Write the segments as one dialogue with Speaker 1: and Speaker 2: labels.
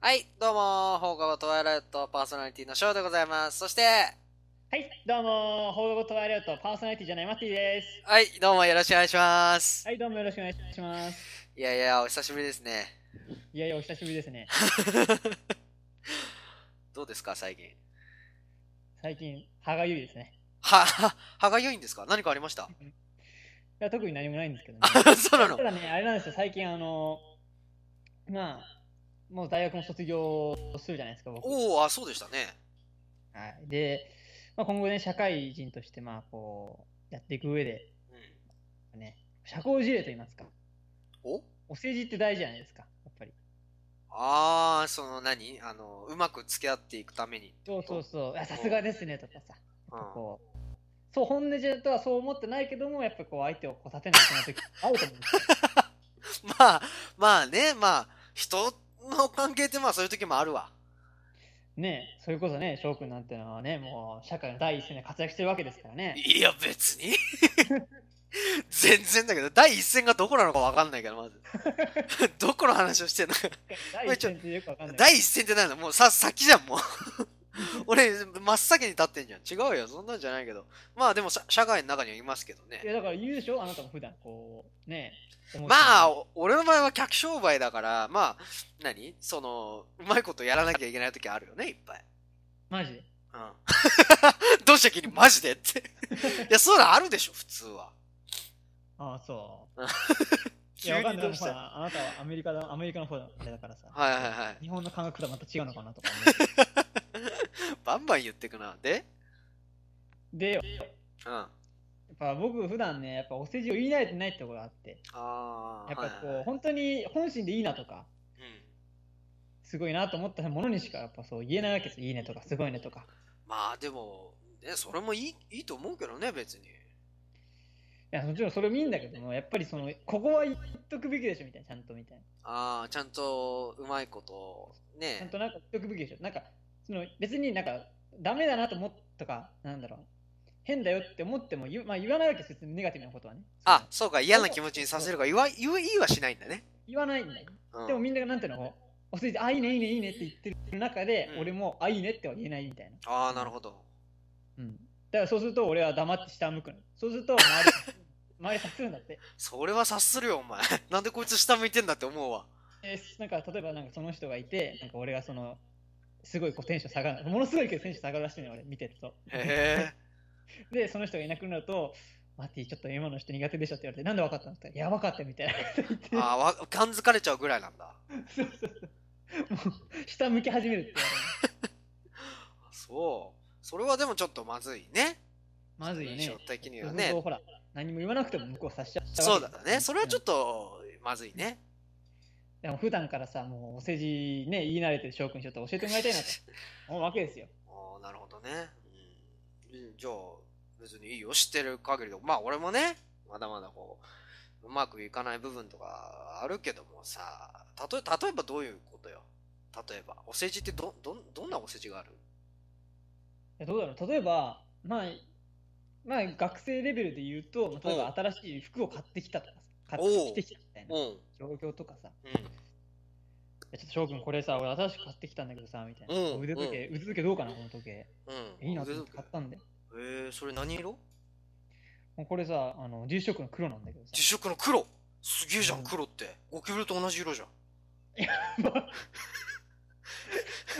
Speaker 1: はい、どうも、放課後トワイライトパーソナリティのショーでございます。そして、
Speaker 2: はい、どうも、放課後トワイライトパーソナリティじゃないマッティです。
Speaker 1: はい、どうもよろしくお願いします。
Speaker 2: はい、どうもよろしくお願いします。
Speaker 1: いやいや、お久しぶりですね。
Speaker 2: いやいや、お久しぶりですね。
Speaker 1: どうですか、最近。
Speaker 2: 最近、歯がゆいですね。
Speaker 1: は、は、歯がゆいんですか何かありました
Speaker 2: いや、特に何もないんです けどね。
Speaker 1: あ そうなの
Speaker 2: ただね、あれなんですよ、最近あの、まあ、もう大学も卒業するじゃないですか、僕。は
Speaker 1: おおあ、そうでしたね。
Speaker 2: い、で、まあ、今後ね、社会人として、まあ、こう、やっていく上で、
Speaker 1: うん。
Speaker 2: ね、社交辞令と言いますか、
Speaker 1: お
Speaker 2: お世辞って大事じゃないですか、やっぱり。
Speaker 1: あー、その何あの、うまく付き合っていくために。
Speaker 2: そうそうそう、あさすがですね、とかさ。
Speaker 1: うん。
Speaker 2: こう、そう、本音じゃとはそう思ってないけども、やっぱこう、相手をこう立てないといけない時、あると思うんですよ。
Speaker 1: まあ、まあね、まあ、人の関係ってまあそういう時もあるわ。
Speaker 2: ねえ、それこそね、翔くんなんてのはね、もう、社会の第一線で活躍してるわけですからね。
Speaker 1: いや、別に。 全然だけど、第一線がどこなのかわかんないから、まず。 どこの話をしてんのか。
Speaker 2: 第一線ってよくわかんない。
Speaker 1: 第一線って何だもうさ、先じゃん、もう。 俺、真っ先に立ってんじゃん。違うよ、そんなんじゃないけど。まあでもさ、社会の中にはいますけど
Speaker 2: い
Speaker 1: ね。
Speaker 2: や、だから言うでしょあなたも普段こう、ねえ。思って
Speaker 1: まあ、お俺の場合は客商売だから、まあ、何その、うまいことやらなきゃいけない時あるよね、いっぱい。
Speaker 2: マジで。
Speaker 1: うん。 どうした君、マジでって。いや、そうだ、あるでしょ、普通は。
Speaker 2: ああ、そう。い
Speaker 1: 急
Speaker 2: や、わかん
Speaker 1: にど
Speaker 2: ない。
Speaker 1: う
Speaker 2: ほ
Speaker 1: したはい
Speaker 2: らあなたはアメリカだ、アメリカの方だ、あれだからさ。
Speaker 1: はいはい。
Speaker 2: 日本の感覚とはまた違うのかなとか思う。
Speaker 1: バンバン言ってくな。で
Speaker 2: でよ、
Speaker 1: うん。あ
Speaker 2: やっぱ僕普段ね、やっぱお世辞を言い慣れてないってところがあって、
Speaker 1: あー。
Speaker 2: やっぱこう、
Speaker 1: はいはい
Speaker 2: 本当に本心でいいなとか、
Speaker 1: うん。
Speaker 2: すごいなと思ったものにしかやっぱそう言えないわけですよ。いいねとか、すごいねとか。
Speaker 1: まあでも、ね、それもいいいいと思うけどね、別に。
Speaker 2: いや、もちろんそれもいいんだけども、やっぱりその、ここは言っとくべきでしょみたいな、ちゃんとみたいな。
Speaker 1: ああ、ちゃんとうまいこと、
Speaker 2: ちゃん
Speaker 1: ね。
Speaker 2: となんか言っとくべきでしょ。なんか、その別になんか、ダメだなと思ったとか、なんだろう。変だよって思っても言,、まあ、言わないわけですよ。ネガティブなことはね。
Speaker 1: あ、そうか、嫌な気持ちにさせるから、言わ、言う、言いはしないんだね。
Speaker 2: 言わないんだよ。
Speaker 1: うん、
Speaker 2: でもみんながなんていうのこうお世辞、あ、いいね、いいね、いいねって言ってる中で、
Speaker 1: うん
Speaker 2: 俺も、あ、いいねっては言えないみたいな。
Speaker 1: ああ、なるほど。
Speaker 2: うん。だからそうすると俺は黙って下向くの。そうすると周り、周りさするんだって。
Speaker 1: それは察するよ、お前。 なんでこいつ下向いてんだって思うわ。
Speaker 2: えーなんか例えばなんかその人がいて、なんか俺がその、すごいこうテンション下がる、ものすごいけどテンション下がるらしいのよ、俺見てると。
Speaker 1: へ
Speaker 2: で、その人がいなくなると、マティ、ちょっと今の人苦手でしょって言われて、なんで分かったのって言ったら、いや、分かったよみたいな こと言って
Speaker 1: え。、ああ、わ、感づかれちゃうぐらいなんだ。
Speaker 2: そうそうそう。もう、下向き始めるって言わ
Speaker 1: そう。それはでもちょっとまずいね。
Speaker 2: れる。まずいよ
Speaker 1: 印
Speaker 2: ね
Speaker 1: 象。的に
Speaker 2: そ
Speaker 1: は
Speaker 2: うすると
Speaker 1: ね。
Speaker 2: ほら、何も言わなくても向こう察しちゃった
Speaker 1: そうだね。それはちょっ
Speaker 2: と。
Speaker 1: と、まずいね。
Speaker 2: でも普段からさ、もうお世辞ね、言い慣れてる翔くんにちょっと教えてもらいたいなと思うわけですよ。
Speaker 1: ああ、なるほどね。うんうん。じゃあ、別にいいよ。知ってる限りで。まあ、俺もね、まだまだこう、うまくいかない部分とかあるけどもさ、たとえ、例えばどういうことよ。例えば、お世辞ってど、どん、どんなお世辞がある
Speaker 2: いやどうだろう例えば、まあ、まあ、学生レベルで言うと、まあ例え
Speaker 1: お
Speaker 2: ば
Speaker 1: う
Speaker 2: 新しい服を買ってきたとかさ、買
Speaker 1: おう
Speaker 2: ってきてきたみたいな
Speaker 1: うん。うん。
Speaker 2: 状況とかさ、いやちょっと翔くんこれさ、俺新しく買ってきたんだけどさ、みたい
Speaker 1: お
Speaker 2: な。
Speaker 1: う
Speaker 2: 腕時計、腕時計どうかな、この時計。
Speaker 1: うん。
Speaker 2: いいなと
Speaker 1: え
Speaker 2: 思って買ったんで。
Speaker 1: えー、それ何色
Speaker 2: もうこれさ、あの、住職の黒なんだけどさ。
Speaker 1: 自色の黒すげえじゃ、
Speaker 2: うんん
Speaker 1: 黒って。ゴキブリと同じ色じゃん。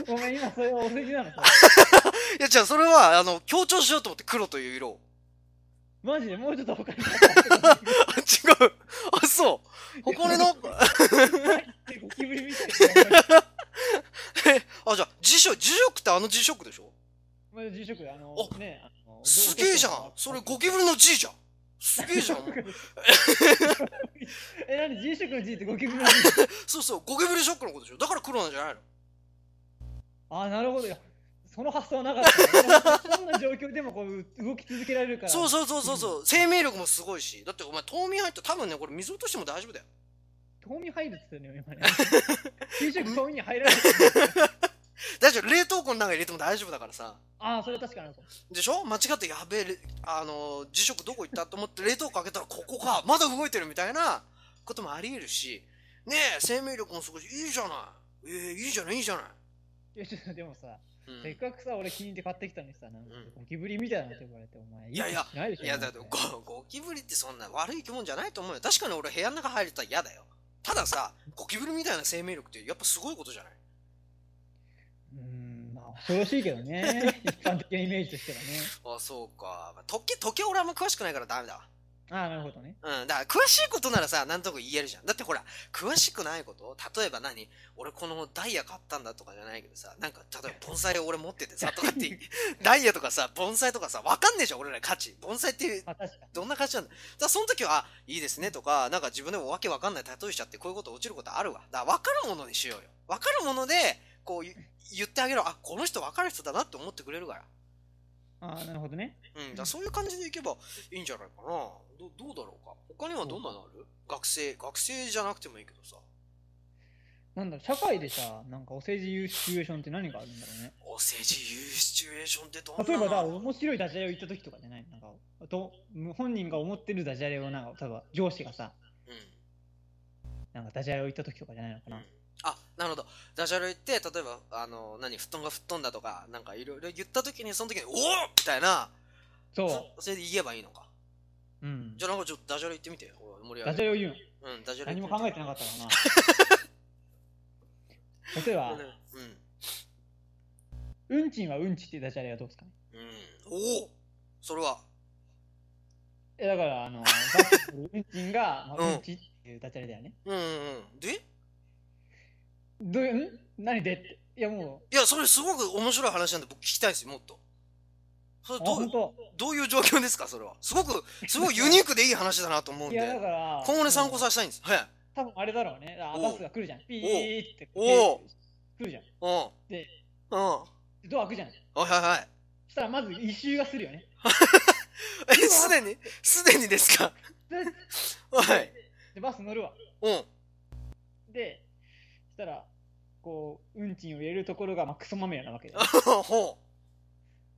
Speaker 2: お前今それはお世辞 なのさ。
Speaker 1: いや、じゃあそれは、あの、強調しようと思って黒という色を。
Speaker 2: マジでもうちょっと他に。
Speaker 1: あ、違う。あ、そう。誇りの、
Speaker 2: ゴキブリみたいな。
Speaker 1: えあ、じゃあ、辞書、辞職ってあの辞職でしょ
Speaker 2: お前住職あの、ね、あの、
Speaker 1: すげえじゃんそれゴキブリの G じゃんすげえ じゃん
Speaker 2: え、なに住職の G ってゴキブリの G?
Speaker 1: そうそう、ゴキブリショックのことでしょだから黒なんじゃないの
Speaker 2: ああ、なるほどよ。その発想はなかったね。どんな状況でもこう動き続けられるから。
Speaker 1: そうそうそうそうそう、生命力もすごいし。だってお前、冬眠入ったら多分ね、これ水落としても大丈夫だよ。
Speaker 2: 冬眠入るって言ってるね、今ね。住職冬眠 に入らない。
Speaker 1: 大丈夫、冷凍庫の中に入れても大丈夫だからさ。
Speaker 2: ああ、それは確かにあるかも
Speaker 1: でしょ間違って、やべえ、れあのー、辞職どこ行ったと思って冷凍庫開けたら、ここか、まだ動いてるみたいなこともあり得るし。ねえ、生命力もすごいし、いいじゃない。えー、いいじゃないいいじゃない
Speaker 2: やちょっとでもさ、
Speaker 1: い、うん
Speaker 2: せっかくさ、俺気に入って買ってきたのにさ、なんか
Speaker 1: うん
Speaker 2: ゴキブリみたいなのって呼ばれて、お前、
Speaker 1: いやいや
Speaker 2: いいことしないでしょ。
Speaker 1: いやだってゴゴキブリってそんな悪い生き物じゃないと思うよ確かに俺部屋の中入れたら嫌だよたださゴキブリみたいな生命力ってやっぱすごいことじゃないう
Speaker 2: ーん、まあ、恐ろしいけど ね。一般的なイメージとしてはね。
Speaker 1: あそうかまあ時計時計俺あんま詳しくないからダメだ
Speaker 2: ああ、なるほどね。
Speaker 1: うんだから詳しいことならさなんとか言えるじゃんだってほら詳しくないこと例えば何俺このダイヤ買ったんだとかじゃないけどさなんか例えば盆栽を俺持っててさとかって ダイヤとかさ盆栽とかさわかんねえじゃん俺ら価値盆栽って
Speaker 2: まあ、確かに。
Speaker 1: どんな価値なんだだからその時はあいいですねとかなんか自分でもわけわかんない例えしちゃってこういうこと落ちることあるわだから分かるものにしようよ分かるものでこうゆ言ってあげろあこの人分かる人だなって思ってくれるから
Speaker 2: ああ、なるほどね。
Speaker 1: うん、だからそういう感じでいけばいいんじゃないかな。どどうだろうか。他にはどんなのある学生、学生じゃなくてもいいけどさ。
Speaker 2: なんだろう、社会でさ、なんかお世辞言うシチュエーションって何があるんだろうね。
Speaker 1: お世辞言うシチュエーションってどんなの
Speaker 2: 例えば、だから面白いダジャレを言った時とかじゃないなんか、と本人が思ってるダジャレを、なんか、例えば上司がさ、
Speaker 1: うん
Speaker 2: なんかダジャレを言った時とかじゃないのかな。
Speaker 1: あ、なるほど。ダジャレ言って、例えば、あの、何、布団が吹っ飛んだとか、なんかいろいろ言った時に、その時に、おおみたいな、
Speaker 2: そ
Speaker 1: そそれで言えばいいのか。
Speaker 2: う。うん
Speaker 1: じ。ゃあなんかちょっとダジャレ言ってみて。ほら盛り上
Speaker 2: ダ
Speaker 1: げ
Speaker 2: ジ
Speaker 1: る
Speaker 2: ャレを言うの。
Speaker 1: うん、ダジャレ
Speaker 2: 何
Speaker 1: 言
Speaker 2: も
Speaker 1: ってみ
Speaker 2: 考えてなかったのか な。例えば、
Speaker 1: うん。
Speaker 2: うんちんはうんちっていうダジャレはどうですかね
Speaker 1: うん。おおそれは、
Speaker 2: えだから、あの、バスの運賃が、ま
Speaker 1: うん
Speaker 2: あ、うんちっていうダジャレだよね。
Speaker 1: うんうんうん。で
Speaker 2: どういうん何でって。いや、も、
Speaker 1: いや、それすごく面白い話なんで僕聞きたいですよ、もっと。そうれ
Speaker 2: あ、
Speaker 1: どう
Speaker 2: 本当。
Speaker 1: どういう状況ですか、それは。すごく、すごいユニークでいい話だなと思うん
Speaker 2: いや、だか
Speaker 1: で。
Speaker 2: ら、
Speaker 1: 今後に参考させたいんです。はい。
Speaker 2: 多分あれだろうね。あ
Speaker 1: おう
Speaker 2: バスが来るじゃん。ピーって。
Speaker 1: おう
Speaker 2: 来るじゃん。
Speaker 1: うん。
Speaker 2: で
Speaker 1: うん。は
Speaker 2: でドア開くじゃん。
Speaker 1: いはいはい。
Speaker 2: したら、まず一周がするよね。
Speaker 1: え、すでにすでにですか
Speaker 2: で
Speaker 1: はい。
Speaker 2: で、バス乗るわ。
Speaker 1: うん。
Speaker 2: で、したら、こう、運賃を入れるところが、まあ、クソまみれなわけで。
Speaker 1: ほ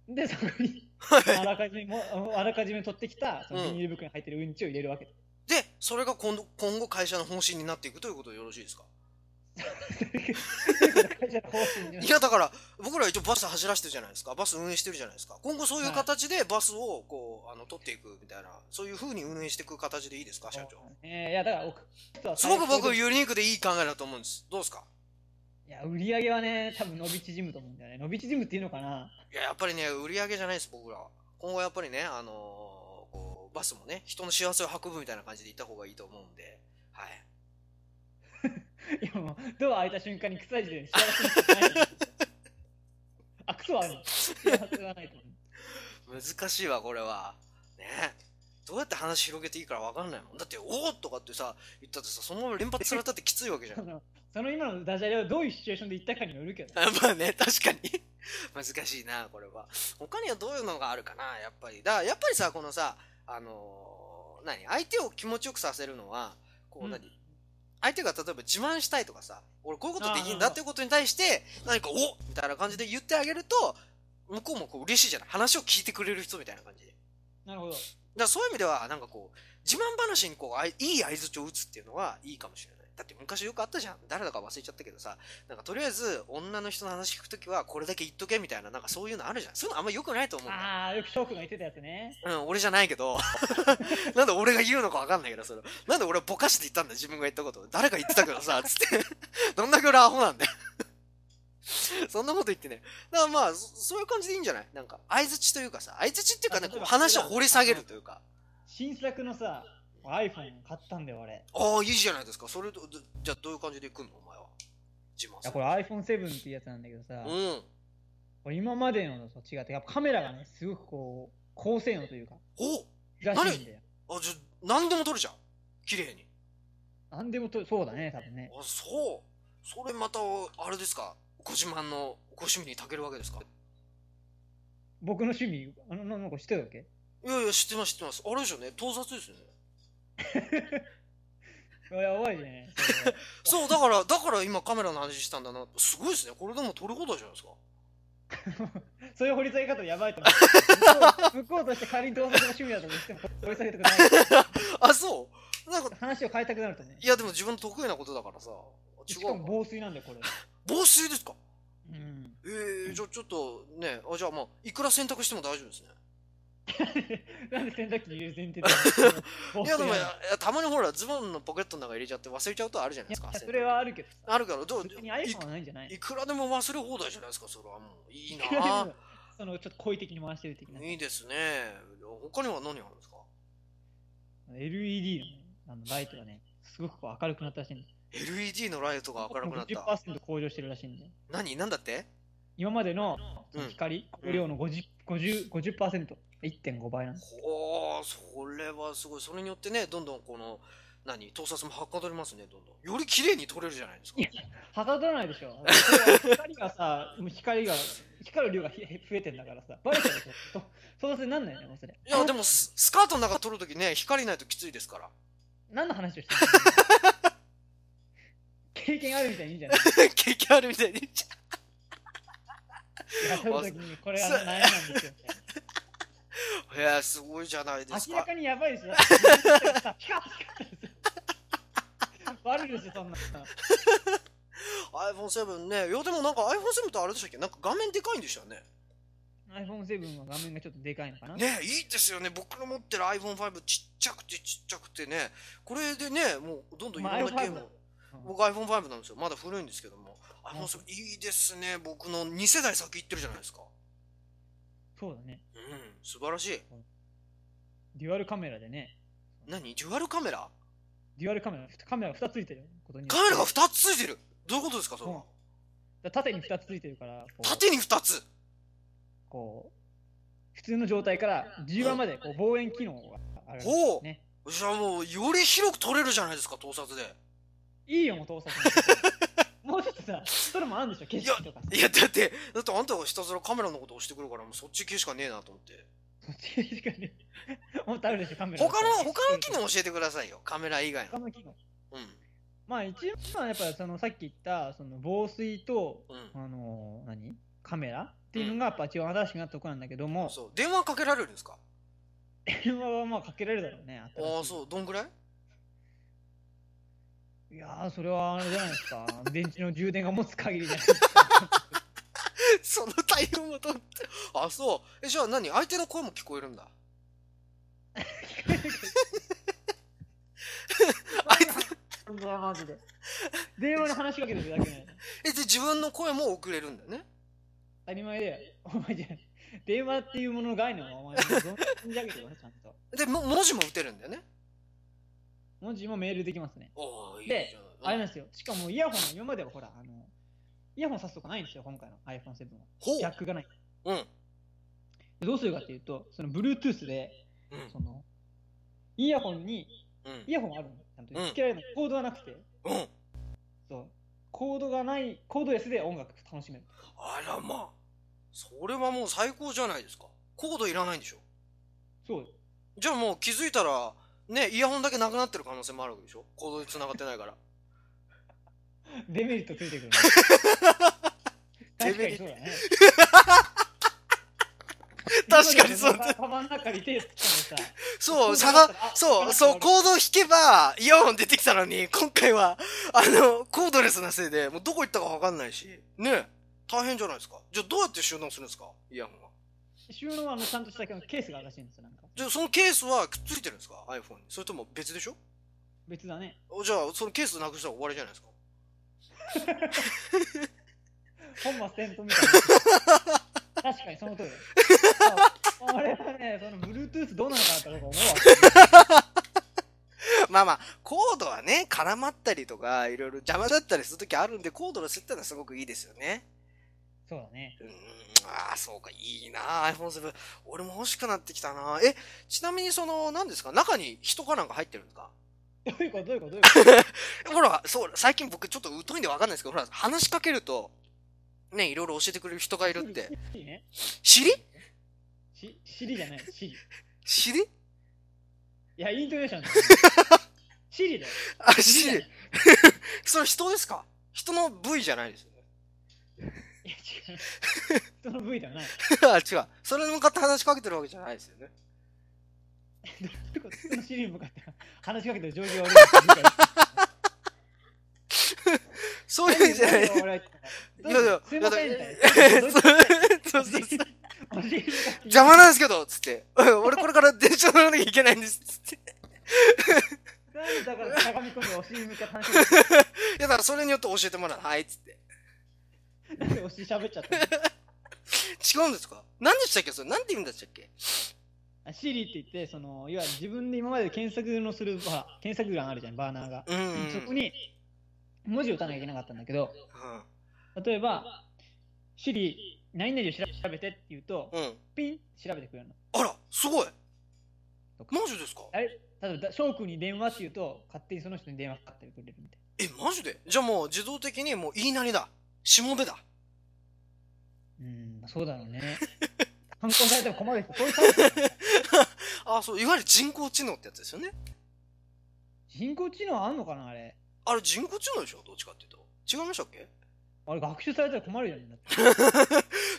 Speaker 2: で、そこ
Speaker 1: う。
Speaker 2: に、
Speaker 1: は
Speaker 2: あ
Speaker 1: い。
Speaker 2: らかじめも、 あらかじめ取ってきた、そのビニール袋に入ってるうんちを入れるわけで。
Speaker 1: で、それが今度、今後会社の方針になっていくということでよろしいですか
Speaker 2: 会社の方針に
Speaker 1: いや、だから、僕ら一応バス走らせてるじゃないですか。バス運営してるじゃないですか。今後そういう形でバスを、こう、あの、取っていくみたいな、そういう風に運営していく形でいいですか、社長。
Speaker 2: えーいやだからお人は
Speaker 1: すごく僕
Speaker 2: い
Speaker 1: ユニークでいい考えだと思うんです。どうですか
Speaker 2: や売り上げはね多分伸び縮むと思うんだよね伸び縮むっていうのかない
Speaker 1: や、やっぱりね、売り上げじゃないです、僕らは。今後やっぱりね、あのーこう、バスもね、人の幸せを運ぶみたいな感じで行った方がいいと思うんで、はい。
Speaker 2: いやもうドア開いた瞬間に臭い時点で幸せになってないあクソはあるの幸せはないと思う
Speaker 1: 難しいわ、これは。ねどうやって話広げていいから分かんないもん。だって、おおとかってさ、言ったってさ、そのまま連発されたってきついわけじゃん
Speaker 2: そ。のその今のダジャレをどういうシチュエーションで言ったかによるけど
Speaker 1: あまあね、確かに。 難しいな、これは。他にはどういうのがあるかな、やっぱり。だから、やっぱりさ、このさ、あのー何相手を気持ちよくさせるのは、こう、
Speaker 2: うん
Speaker 1: 何、相手が例えば自慢したいとかさ、俺こういうことできるん
Speaker 2: あーな
Speaker 1: だ
Speaker 2: るほど
Speaker 1: っていうことに対して、何か、おみたいな感じで言ってあげると、向こうもこう嬉しいじゃない話を聞いてくれる人みたいな感じで。だか
Speaker 2: なるほど
Speaker 1: らそういう意味では、なんかこう、自慢話にこう、あいい合図を打つっていうのはいいかもしれない。だって昔よくあったじゃん。誰だか忘れちゃったけどさ、なんかとりあえず女の人の話聞くときはこれだけ言っとけみたいな、なんかそういうのあるじゃん。そういうのあんま良くないと思うんだよ
Speaker 2: ああよく翔くんが言ってたやつね
Speaker 1: うん、俺じゃないけど、 なんで俺が言うのか分かんないけど、それ。なんで俺ぼかして言ったんだ、自分が言ったこと。誰か言ってたけどさ、つって。 どんだけ俺アホなんだよ。 そんなこと言ってね。だからまあ、そそういう感じでいいんじゃないなんか、相づちというかさ、相づちっていうかね、
Speaker 2: あ
Speaker 1: こ
Speaker 2: 例え
Speaker 1: う
Speaker 2: ば
Speaker 1: 話を掘り下げるというか。
Speaker 2: 新作のさ iPhone 買ったんだよ俺い
Speaker 1: ああ、いいじゃないですか。それと、どじゃあどういう感じで行くのお前は。自慢する
Speaker 2: やこれ iPhone7 っていうやつなんだけどさ、
Speaker 1: うん。
Speaker 2: これ今までのと違ってやっぱカメラがねすごくこう高性能というからしいんだよ
Speaker 1: おあ、じゃあ、何でも撮るじゃん。綺麗に。
Speaker 2: 何でもとそうだね多分ね
Speaker 1: あ、そう。それまた、あれですか。ご自慢の、ご趣味にたけるわけですか。
Speaker 2: 僕の趣味あのなんか知ってたっけ
Speaker 1: いやいや、知ってます、知ってます。あれでしょうね、盗撮ですよね。
Speaker 2: いややばいね そ
Speaker 1: そう、だから、だから今カメラの話したんだな。すごいですね。これでも撮ることじゃないですか。
Speaker 2: れそういう掘り下げ方やば いと思う向こう向こうとして仮に盗撮が趣味だと思っても掘り下げたくない
Speaker 1: あ、そうなんか、
Speaker 2: 話を変えたくなるとね
Speaker 1: いや、でも自分の得意なことだからさ。違
Speaker 2: しか
Speaker 1: う
Speaker 2: も
Speaker 1: か。
Speaker 2: 防水なんだよこれ
Speaker 1: 防水ですか
Speaker 2: うん。
Speaker 1: ええじゃあちょっとね、あ、じゃあまあ、いくら選択しても大丈夫ですね。
Speaker 2: なんで洗濯機優先って言っ
Speaker 1: いや、でも、いやたまにほら、ズボンのポケットの中入れちゃって忘れちゃうとあるじゃない
Speaker 2: い
Speaker 1: ですか。
Speaker 2: や、それはあるけどさ。
Speaker 1: あるから、どう
Speaker 2: 別に iPhone はないんじゃない
Speaker 1: いいくらでも忘れ放題じゃないですか、それはもう。いいな
Speaker 2: くらで
Speaker 1: ぁ
Speaker 2: も。 その、ちょっと好意的に回してる的な。
Speaker 1: いいですね。他には何あるんですか
Speaker 2: LED の,、ね、あのライトがね、すごくこう明るくなったらしいんです。
Speaker 1: ?LED のライトが明るくな った。
Speaker 2: 50%向上してるらしいんで。
Speaker 1: 何なんだって
Speaker 2: 今までのそ
Speaker 1: うん
Speaker 2: の光、光量の50%、50 50%、1.5倍なんです。
Speaker 1: ほー、それはすごい。それによってね、どんどんこの、何盗撮もはかどりますね、どんどん。より綺麗に撮れるじゃないですか
Speaker 2: い。やはかどらないで しょ。それは光がさ、もう光が、光る量がひ増えてんだからさ、バレちゃうでしょ。そうそうなんないよね、もうそれ。
Speaker 1: いや、でもス、スカートの中撮るときね、光ないときついですから。
Speaker 2: 何の話をしてるの経験あるみたいにいいじゃない
Speaker 1: 経験あるみたいに言っ ちゃ
Speaker 2: いや撮るときにこれは悩みなんですよ。
Speaker 1: う。いや、すごいじゃないです
Speaker 2: 明。
Speaker 1: から
Speaker 2: かにやばい でしょ。だってピカピカですよバレるでしょ、そんな。
Speaker 1: iPhone7 ね。いや、でもなんか iPhone7 ってあれでしたっけなんか画面でかいんでしたよね。
Speaker 2: iPhone7 は画面がちょっとでかいのかな。
Speaker 1: ね、いいですよね。僕の持ってる iPhone5 ちっちゃくてちっちゃくてね。これでね、もうどんどんいろんな
Speaker 2: まあ
Speaker 1: ゲーム
Speaker 2: iPhone
Speaker 1: を。
Speaker 2: うん
Speaker 1: 僕 iPhone5 なんですよ。まだ古いんですけども。
Speaker 2: うん
Speaker 1: iPhone7 いいですね。僕の2世代先行ってるじゃないですか。
Speaker 2: そうだね。
Speaker 1: うん、素晴らしい。
Speaker 2: デュアルカメラでね。
Speaker 1: 何デュアルカメラ
Speaker 2: デュアルカメラ、カメラが2つついてることに。
Speaker 1: カメラが2つついてるどういうことですか、それは。
Speaker 2: だから縦に2つついてるから、こう、
Speaker 1: 縦に2つ
Speaker 2: こう普通の状態から10番までこう望遠機能があるんです
Speaker 1: ほう
Speaker 2: ね。
Speaker 1: じゃあもう、より広く撮れるじゃないですか、盗撮で。
Speaker 2: いいよ、もう盗撮。もうちょっとさ、それもあるんでしょ、景色とかさ。
Speaker 1: いや、だって、だってあんたがひたすらカメラのこと押してくるから、もうそっち系しかねえなと思って。
Speaker 2: そっち 確かに。もっとあるでしょ、カメラ。
Speaker 1: 他の、他の機能教えてくださいよ。カメラ以外
Speaker 2: 他
Speaker 1: の。
Speaker 2: の機能。
Speaker 1: うん。
Speaker 2: まあ一番はやっぱそのさっき言ったその防水と、
Speaker 1: うん。
Speaker 2: あのー何カメラっていうのがやっぱ一番新しくなったところなんだけども、
Speaker 1: そう。電話かけられるんですか
Speaker 2: 電話はまあかけられるだろうね。。
Speaker 1: ああ、そう。どんぐらいう
Speaker 2: いやー、それはあれじゃないで すか。電池の充電が持つ限りじゃないですか。
Speaker 1: その対応もとって。あ、そう。え、じゃあ何相手の声も聞こえるんだ。
Speaker 2: 本当だマジで。電話に話しかけてるだけなの。
Speaker 1: え、で、自分の声も送れるんだよね。
Speaker 2: 当たり前だよ。お前じゃ電話っていうものの概念はお前どんどん存じ上げてよ、ちゃんと。
Speaker 1: で、も文字も打てるんだよね。
Speaker 2: 文字もメールできますね。
Speaker 1: ああ、いい
Speaker 2: で
Speaker 1: じゃ
Speaker 2: あ
Speaker 1: ない。
Speaker 2: れ
Speaker 1: う
Speaker 2: なんんですよ。しかもイヤホンは今まではほら、あの、イヤホン挿すとかないんですよ、今回の iPhone7 は。
Speaker 1: ほ
Speaker 2: ジャックがない。
Speaker 1: う。うん。
Speaker 2: でどうするかっていうと、その Bluetooth で、
Speaker 1: うん
Speaker 2: その、イヤホンに、
Speaker 1: うん
Speaker 2: イ。ヤホンあるの。ちゃんと
Speaker 1: うん
Speaker 2: 付けられない。コードはなくて、
Speaker 1: うん。
Speaker 2: そう。コードがない、コードレスで音楽楽しめる。
Speaker 1: あらまあ。それはもう最高じゃないですか。コードいらないんでしょ
Speaker 2: そうよ。
Speaker 1: じゃあもう気づいたら、ね、イヤホンだけなくなってる可能性もあるわけでしょコードに繋がってないから。
Speaker 2: デメリットついてくる ね。
Speaker 1: デ
Speaker 2: 確か
Speaker 1: メリット確
Speaker 2: にそうだね。
Speaker 1: かにそうだ
Speaker 2: ね。カバンの中に手突っ込ん
Speaker 1: そう、
Speaker 2: でさ。コー
Speaker 1: 差
Speaker 2: ドだっ
Speaker 1: が、
Speaker 2: たらあ
Speaker 1: そう、
Speaker 2: コードだ
Speaker 1: そ
Speaker 2: っ
Speaker 1: う、コ
Speaker 2: たら
Speaker 1: ード引けば、イヤホン出てきたのに、今回は、あの、コードレスなせいで、もうどこ行ったかわかんないし、ね、大変じゃないですか。じゃあどうやって収納するんですかイヤホンは。
Speaker 2: 収納はあのちゃんとしたケースがあるらしいんですよ。なんか
Speaker 1: じゃあそのケースはくっついてるんですか ?iPhone に。それとも別でしょ
Speaker 2: 別だね。
Speaker 1: おじゃあそのケースなくしたら終わりじゃないですか。
Speaker 2: 本末転倒みたいな。確かにその通りだよ。そう俺はね、その Bluetooth どうなのかなって僕は思うわ。
Speaker 1: まあまあ、コードはね、絡まったりとか、いろいろ邪魔だったりするときあるんで、コードの接点はすごくいいですよね。
Speaker 2: そうだね。
Speaker 1: うーん、ああ、そうか、いいなあ、iPhone7。俺も欲しくなってきたなあえ、ちなみにその、何ですか中に人かなんか入ってるんですか
Speaker 2: どういうことどういうことどういうこと
Speaker 1: ほら、そう、最近僕ちょっと疎いんでわかんないですけど、ほら、話しかけると、ね、いろいろ教えてくれる人がいるって。。
Speaker 2: シリね。
Speaker 1: 知り
Speaker 2: し、シリじゃない。シリ。い
Speaker 1: 知り
Speaker 2: や、イントネーションだよ。シリだよ。
Speaker 1: あ、知りそれ人ですか人の部位じゃないですよね。
Speaker 2: いや、違う。その部位ではない。
Speaker 1: あ、違う。それに向かって話しかけてるわけじゃないですよね。
Speaker 2: どういうことそのシリに向かって話しかけてる状況が悪いって理解してる。
Speaker 1: そういうんじゃない。
Speaker 2: 俺は言ってなかった
Speaker 1: いやいや
Speaker 2: すいませんみたい
Speaker 1: だ
Speaker 2: な。
Speaker 1: から そうそうそう邪魔なんですけどつって。 うん俺これから電車乗らなきゃいけないんです。つって。
Speaker 2: なんだから相模湖にお尻向け楽し
Speaker 1: いや、だからそれによって教えてもらう。はい、つって。
Speaker 2: みなんでお尻喋っちゃったの
Speaker 1: 違うんですか何でしたっけそれ。なんて言うんでしたっけ
Speaker 2: あシリって言って、その、いわゆる自分で今まで検索のする、ほら、検索欄あるじゃん、バーナーが。
Speaker 1: うんうんうん。
Speaker 2: そこに文字を打たなきゃいけなかったんだけど、例えば、シリ、何々を調べてって言うと、
Speaker 1: うん。うん。
Speaker 2: ピンって調べてくれるの。
Speaker 1: あら、すごい。マジですか
Speaker 2: 例えば、翔くんに電話って言うと、勝手にその人に電話かかってくれるみたい
Speaker 1: え、マジでじゃあもう自動的にもう言いなりだ。しもべだ。
Speaker 2: な。うん、そうだろうね。反抗されても困る人、そういうタイプだから
Speaker 1: あ、そう、いわゆる人工知能ってやつですよね。
Speaker 2: 人工知能あんのかな、あれ。
Speaker 1: あれ人工知能でしょどっちかっていうと。違いましたっけ
Speaker 2: あれ、学習されたら困るよね。だって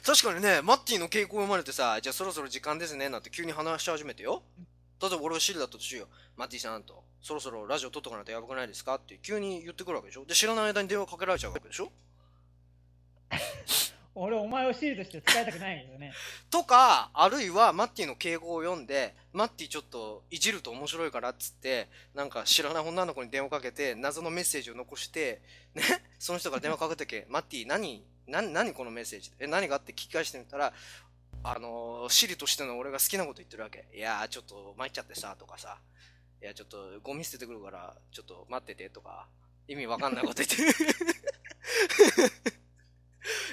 Speaker 1: 確かにね、マッティの傾向を読まれてさ、じゃあそろそろ時間ですね、なんて急に話し始めてよ。例えば俺がシリだったとしよう。マッティさんと、そろそろラジオ撮っとかないとやばくないですかって急に言ってくるわけでしょで、知らない間に電話かけられちゃうわけでしょ
Speaker 2: 俺、お前をシリとして使いたくないけどね。
Speaker 1: とか、あるいはマッティの敬語を読んで、マッティちょっといじると面白いからっつって、なんか知らない女の子に電話かけて、謎のメッセージを残して、ね、 その人から電話かけてけ、マッティ何、何、何このメッセージえ、何があって聞き返してみたら、あのー、シリとしての俺が好きなこと言ってるわけ。いやー、ちょっと参っちゃってさ、とかさ。いや、ちょっとゴミ捨ててくるから、ちょっと待ってて、とか。意味わかんないこと言 って。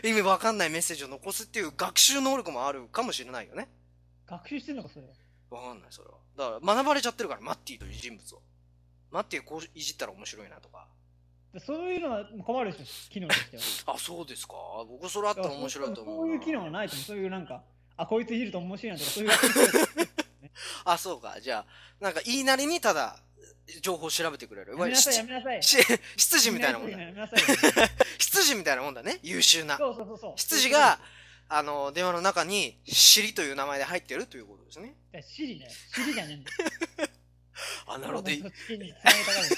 Speaker 1: 意味わかんないメッセージを残すっていう学習能力もあるかもしれないよね。
Speaker 2: 学習してんのか、それは。
Speaker 1: わかんない、それは。だから、学ばれちゃってるから、マッティという人物を。マッティこういじったら面白いなとか。
Speaker 2: でそういうのは困るでしょ、機能と しては。
Speaker 1: あ、そうですか。僕、それあったら面白いと思うな。
Speaker 2: そういう機能はないと思う。そういうなんか、あ、こいついじると面白いなとか、 そういう学習してる。
Speaker 1: あ、そうか。じゃあ、なんか、言いなりにただ、情報を調べてくれる。い
Speaker 2: や
Speaker 1: わ
Speaker 2: め
Speaker 1: ゆる
Speaker 2: なさい、
Speaker 1: し
Speaker 2: やめなさい。
Speaker 1: し執事みたいなもんだ。
Speaker 2: やめなさい。そう
Speaker 1: 執事みたいなもんだね。優秀な。
Speaker 2: そうそうそう。
Speaker 1: 執事が、あの、電話の中に、シリという名前で入ってるということですね。
Speaker 2: いや、シリね。シリじゃねえんだよ。
Speaker 1: あ、なるほ ど。い
Speaker 2: そっちに繋げたがる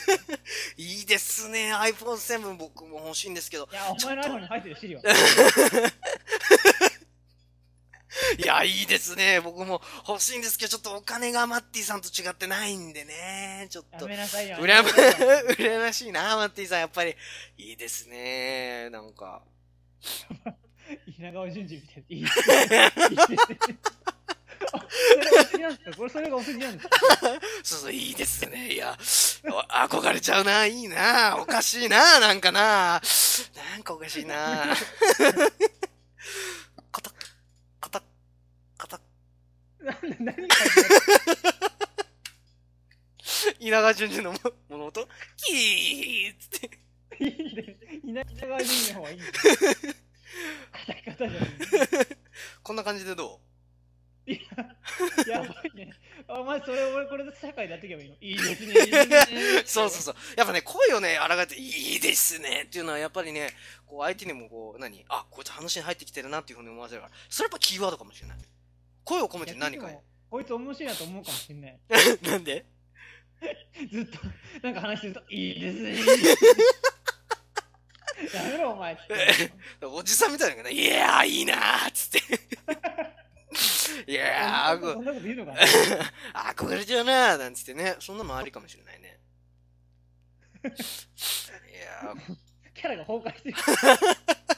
Speaker 1: いいですね。iPhone7 僕も欲しいんですけど。
Speaker 2: いや、お前の iPhone に入ってるシリは。
Speaker 1: いや、いいですね。僕も欲しいんですけど、ちょっとお金がマッティさんと違ってないんでね。ちょっ
Speaker 2: や
Speaker 1: と。
Speaker 2: めなさいよ。
Speaker 1: う
Speaker 2: や
Speaker 1: らま、
Speaker 2: めなさいよ
Speaker 1: 羨ましいな、マッティさん。やっぱり、いいですね。なんか。
Speaker 2: 稲川淳二みたいな。いいですね。いいですねあそれがお世辞なんですかこれ、それがお世辞なんですか
Speaker 1: そうそう、いいですね。いや、あ憧れちゃうな。いいな。おかしいな。なんかな。なんかおかしい な。カタッ、カタッ、カタッ。
Speaker 2: なんだ何が入ってる
Speaker 1: 稲川淳二のも 物音キーッつって。
Speaker 2: いいんだよ。稲川淳二の方がいい んだよ。カタカタじゃない。
Speaker 1: こんな感じでど
Speaker 2: やばいね。お前、それ俺これで社会でやっていけばいいの。い いですね。いいですね
Speaker 1: うそうそうそう。やっぱね、声をね、あらがって、いいですねっていうのは、やっぱりね、こう、相手にもこう、何あ、こいつ話に入ってきてるなっていうふうに思わせるから、それやっぱキーワードかもしれない。声を込めて何か
Speaker 2: いやでもこいつ面白いなと思うかもしんない。
Speaker 1: なんで
Speaker 2: ずっと、なんか話してると、いいですね。 やめろ、お前。
Speaker 1: おじさんみたいなのがね、いやー、いいなーっつ って。いやー、
Speaker 2: そ
Speaker 1: こ
Speaker 2: んなこと言うのかな。
Speaker 1: 憧れちゃうなーなんつってね、そんなのもありかもしれない ね。いやー、
Speaker 2: キャラが崩壊してる。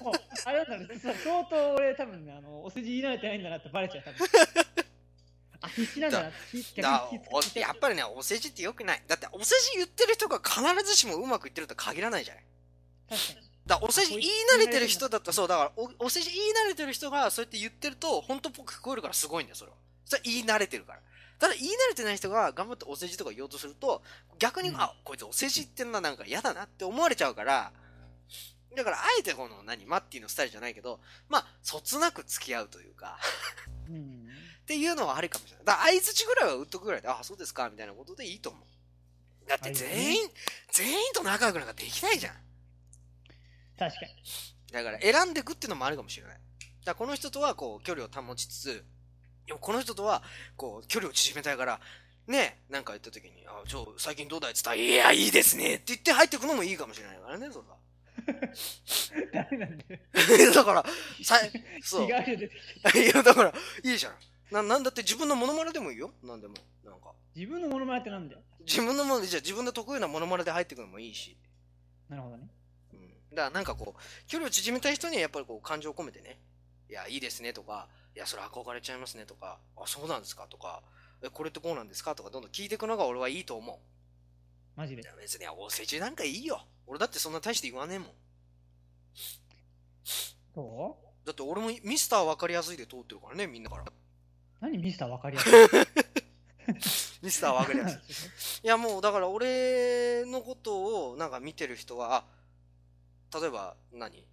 Speaker 2: もうあれなんだろう、実は相当俺多分ね、あの、お世辞言い慣れてないんだなってバレちゃう、多分。あ、必死なんだなって。逆
Speaker 1: だ
Speaker 2: に気
Speaker 1: お
Speaker 2: 使っちゃう
Speaker 1: やっぱりねお世辞ってよくないだってお世辞言ってる人が必ずしもうまくいってるとは限らないじゃない
Speaker 2: 確かに。
Speaker 1: だからお世辞言い慣れてる人だったらそうだからおお世辞言い慣れてる人がそうやって言ってると本当っぽく聞こえるからすごいんだよそれはそれは言い慣れてるからただ言い慣れてない人が頑張ってお世辞とか言おうとすると逆に、
Speaker 2: うん
Speaker 1: あこいつお世辞言ってんななんか嫌だなって思われちゃうからだからあえてこの何マッティのスタイルじゃないけどまあそつなく付き合うというか
Speaker 2: うん。
Speaker 1: っていうのはありかもしれない。だから相槌ぐらいは打っとくぐらいで、あ、そうですか、みたいなことでいいと思う。だって全員、全員と仲良くなんかできないじゃん。
Speaker 2: 確かに。
Speaker 1: だから選んでいくっていうのもあるかもしれない。だからこの人とはこう距離を保ちつつ、でもこの人とはこう距離を縮めたいから、ね、なんか言った時に、あ、ちょ、最近どうだいって言ったら、いや、いいですねって言って入ってくのもいいかもしれないからね、それは。
Speaker 2: ダメなんだよ。
Speaker 1: だ から、さい、そう。
Speaker 2: 違う
Speaker 1: い
Speaker 2: よ、出てきて。
Speaker 1: や、だから、いいじゃん。な、なんだって自分のモノマネでもいいよ。なんでも。なんか。
Speaker 2: 自分のモノマネってなんだよ。
Speaker 1: 自分のもの、じゃあ自分の得意なモノマネで入ってくのもいいし。
Speaker 2: なるほどね。
Speaker 1: うん。だからなんかこう、距離を縮めたい人にはやっぱりこう、感情を込めてね。いや、いいですねとか、いや、それ憧れちゃいますねとか、あ、そうなんですかとか、え、これってこうなんですかとか、どんどん聞いていくのが俺はいいと思う。
Speaker 2: マジで
Speaker 1: い。や、別に、お世辞なんかいいよ。俺だってそんな大して言わねえもん。
Speaker 2: そう
Speaker 1: だって俺もミスター分かりやすいで通ってるからね、みんな から。
Speaker 2: 何ミスター分かりやすい。
Speaker 1: ミスター分かりやすい。
Speaker 2: い。
Speaker 1: いやもうだから俺のことをなんか見てる人は、あ例えば何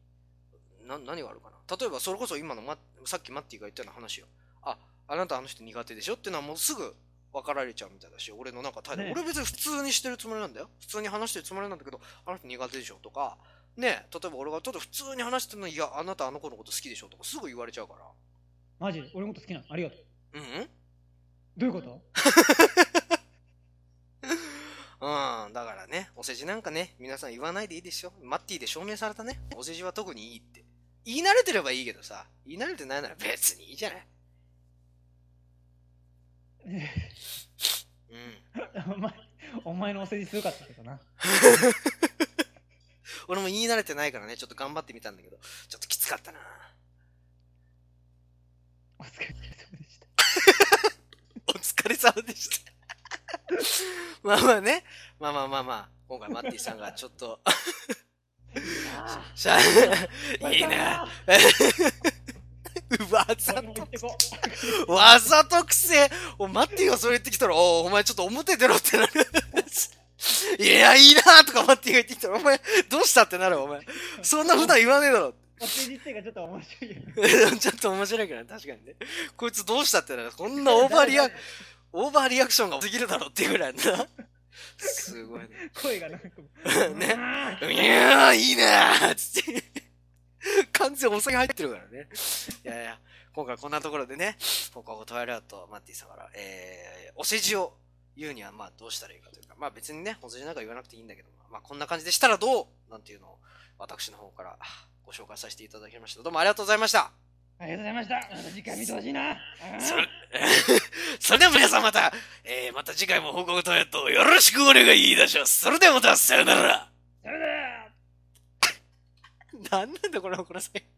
Speaker 1: な何があるかな例えばそれこそ今の、ま、さっきマッティが言ったような話よ。あ、あなたあの人苦手でしょっていうのはもうすぐ分かられちゃうみたいだし、俺のなんか態度、
Speaker 2: ねえ
Speaker 1: 俺別に普通にしてるつもりなんだよ。普通に話してるつもりなんだけど、あの人苦手でしょとか、ねえ例えば俺がちょっと普通に話してるのに、いや、あなたあの子のこと好きでしょとかすぐ言われちゃうから。
Speaker 2: マジで。俺のこと好きなの。ありがとう。
Speaker 1: うんうん
Speaker 2: どういうこと
Speaker 1: う ん、だからね、お世辞なんかね、皆さん言わないでいいですよ。マッティで証明されたね。お世辞は特にいいって。言い慣れてればいいけどさ、言い慣れてないなら別にいいじゃない。うん。
Speaker 2: お前、お前のお世辞すごかったけどな。
Speaker 1: 俺も言い慣れてないからね、ちょっと頑張ってみたんだけど、ちょっときつかったな。
Speaker 2: お疲れ様でした。
Speaker 1: お疲れ様でした。 まあまあね、まあまあまあまあ、今回マッティさんがちょっ と、
Speaker 2: あ
Speaker 1: しゃ
Speaker 2: ー
Speaker 1: いいな。。うわ、
Speaker 2: 俺
Speaker 1: ざと
Speaker 2: も言ってこ
Speaker 1: わざとくせおマッティがそれ言ってきたら、おお前ちょっと表出ろってなる。 いや、いいなーとかマッティが言ってきたら、お前どうしたってなるお前。そんな普段言わねえだろ。
Speaker 2: お世辞っていうかちょっと面白いよ。
Speaker 1: ちょっと面白いから、確かにね。こいつどうしたってなる。こんなオーバーリア、オーバーリアクションが多すぎるだろっていうぐらいな。すごいね。
Speaker 2: 声がなんか。
Speaker 1: ね
Speaker 2: あ
Speaker 1: うにゃーいいなーつって。完全お酒入ってるからね。いやいや、今回こんなところでね、ここトワイライトマッティさんから、えー、お世辞を言うにはまあどうしたらいいかというか、まあ別にね、お世辞なんか言わなくていいんだけど、まあこんな感じでしたらどうなんていうのを私の方からご紹介させていただきました。どうもありがとうございました。
Speaker 2: りがとうございました。また次回見てほしいな。あー
Speaker 1: それ、 それでは皆さんまた、えー、また次回も報告トワイライトをよろしくお願いいたします。それではまたさよなら。
Speaker 2: それでは。
Speaker 1: なんなんだこの、この最後。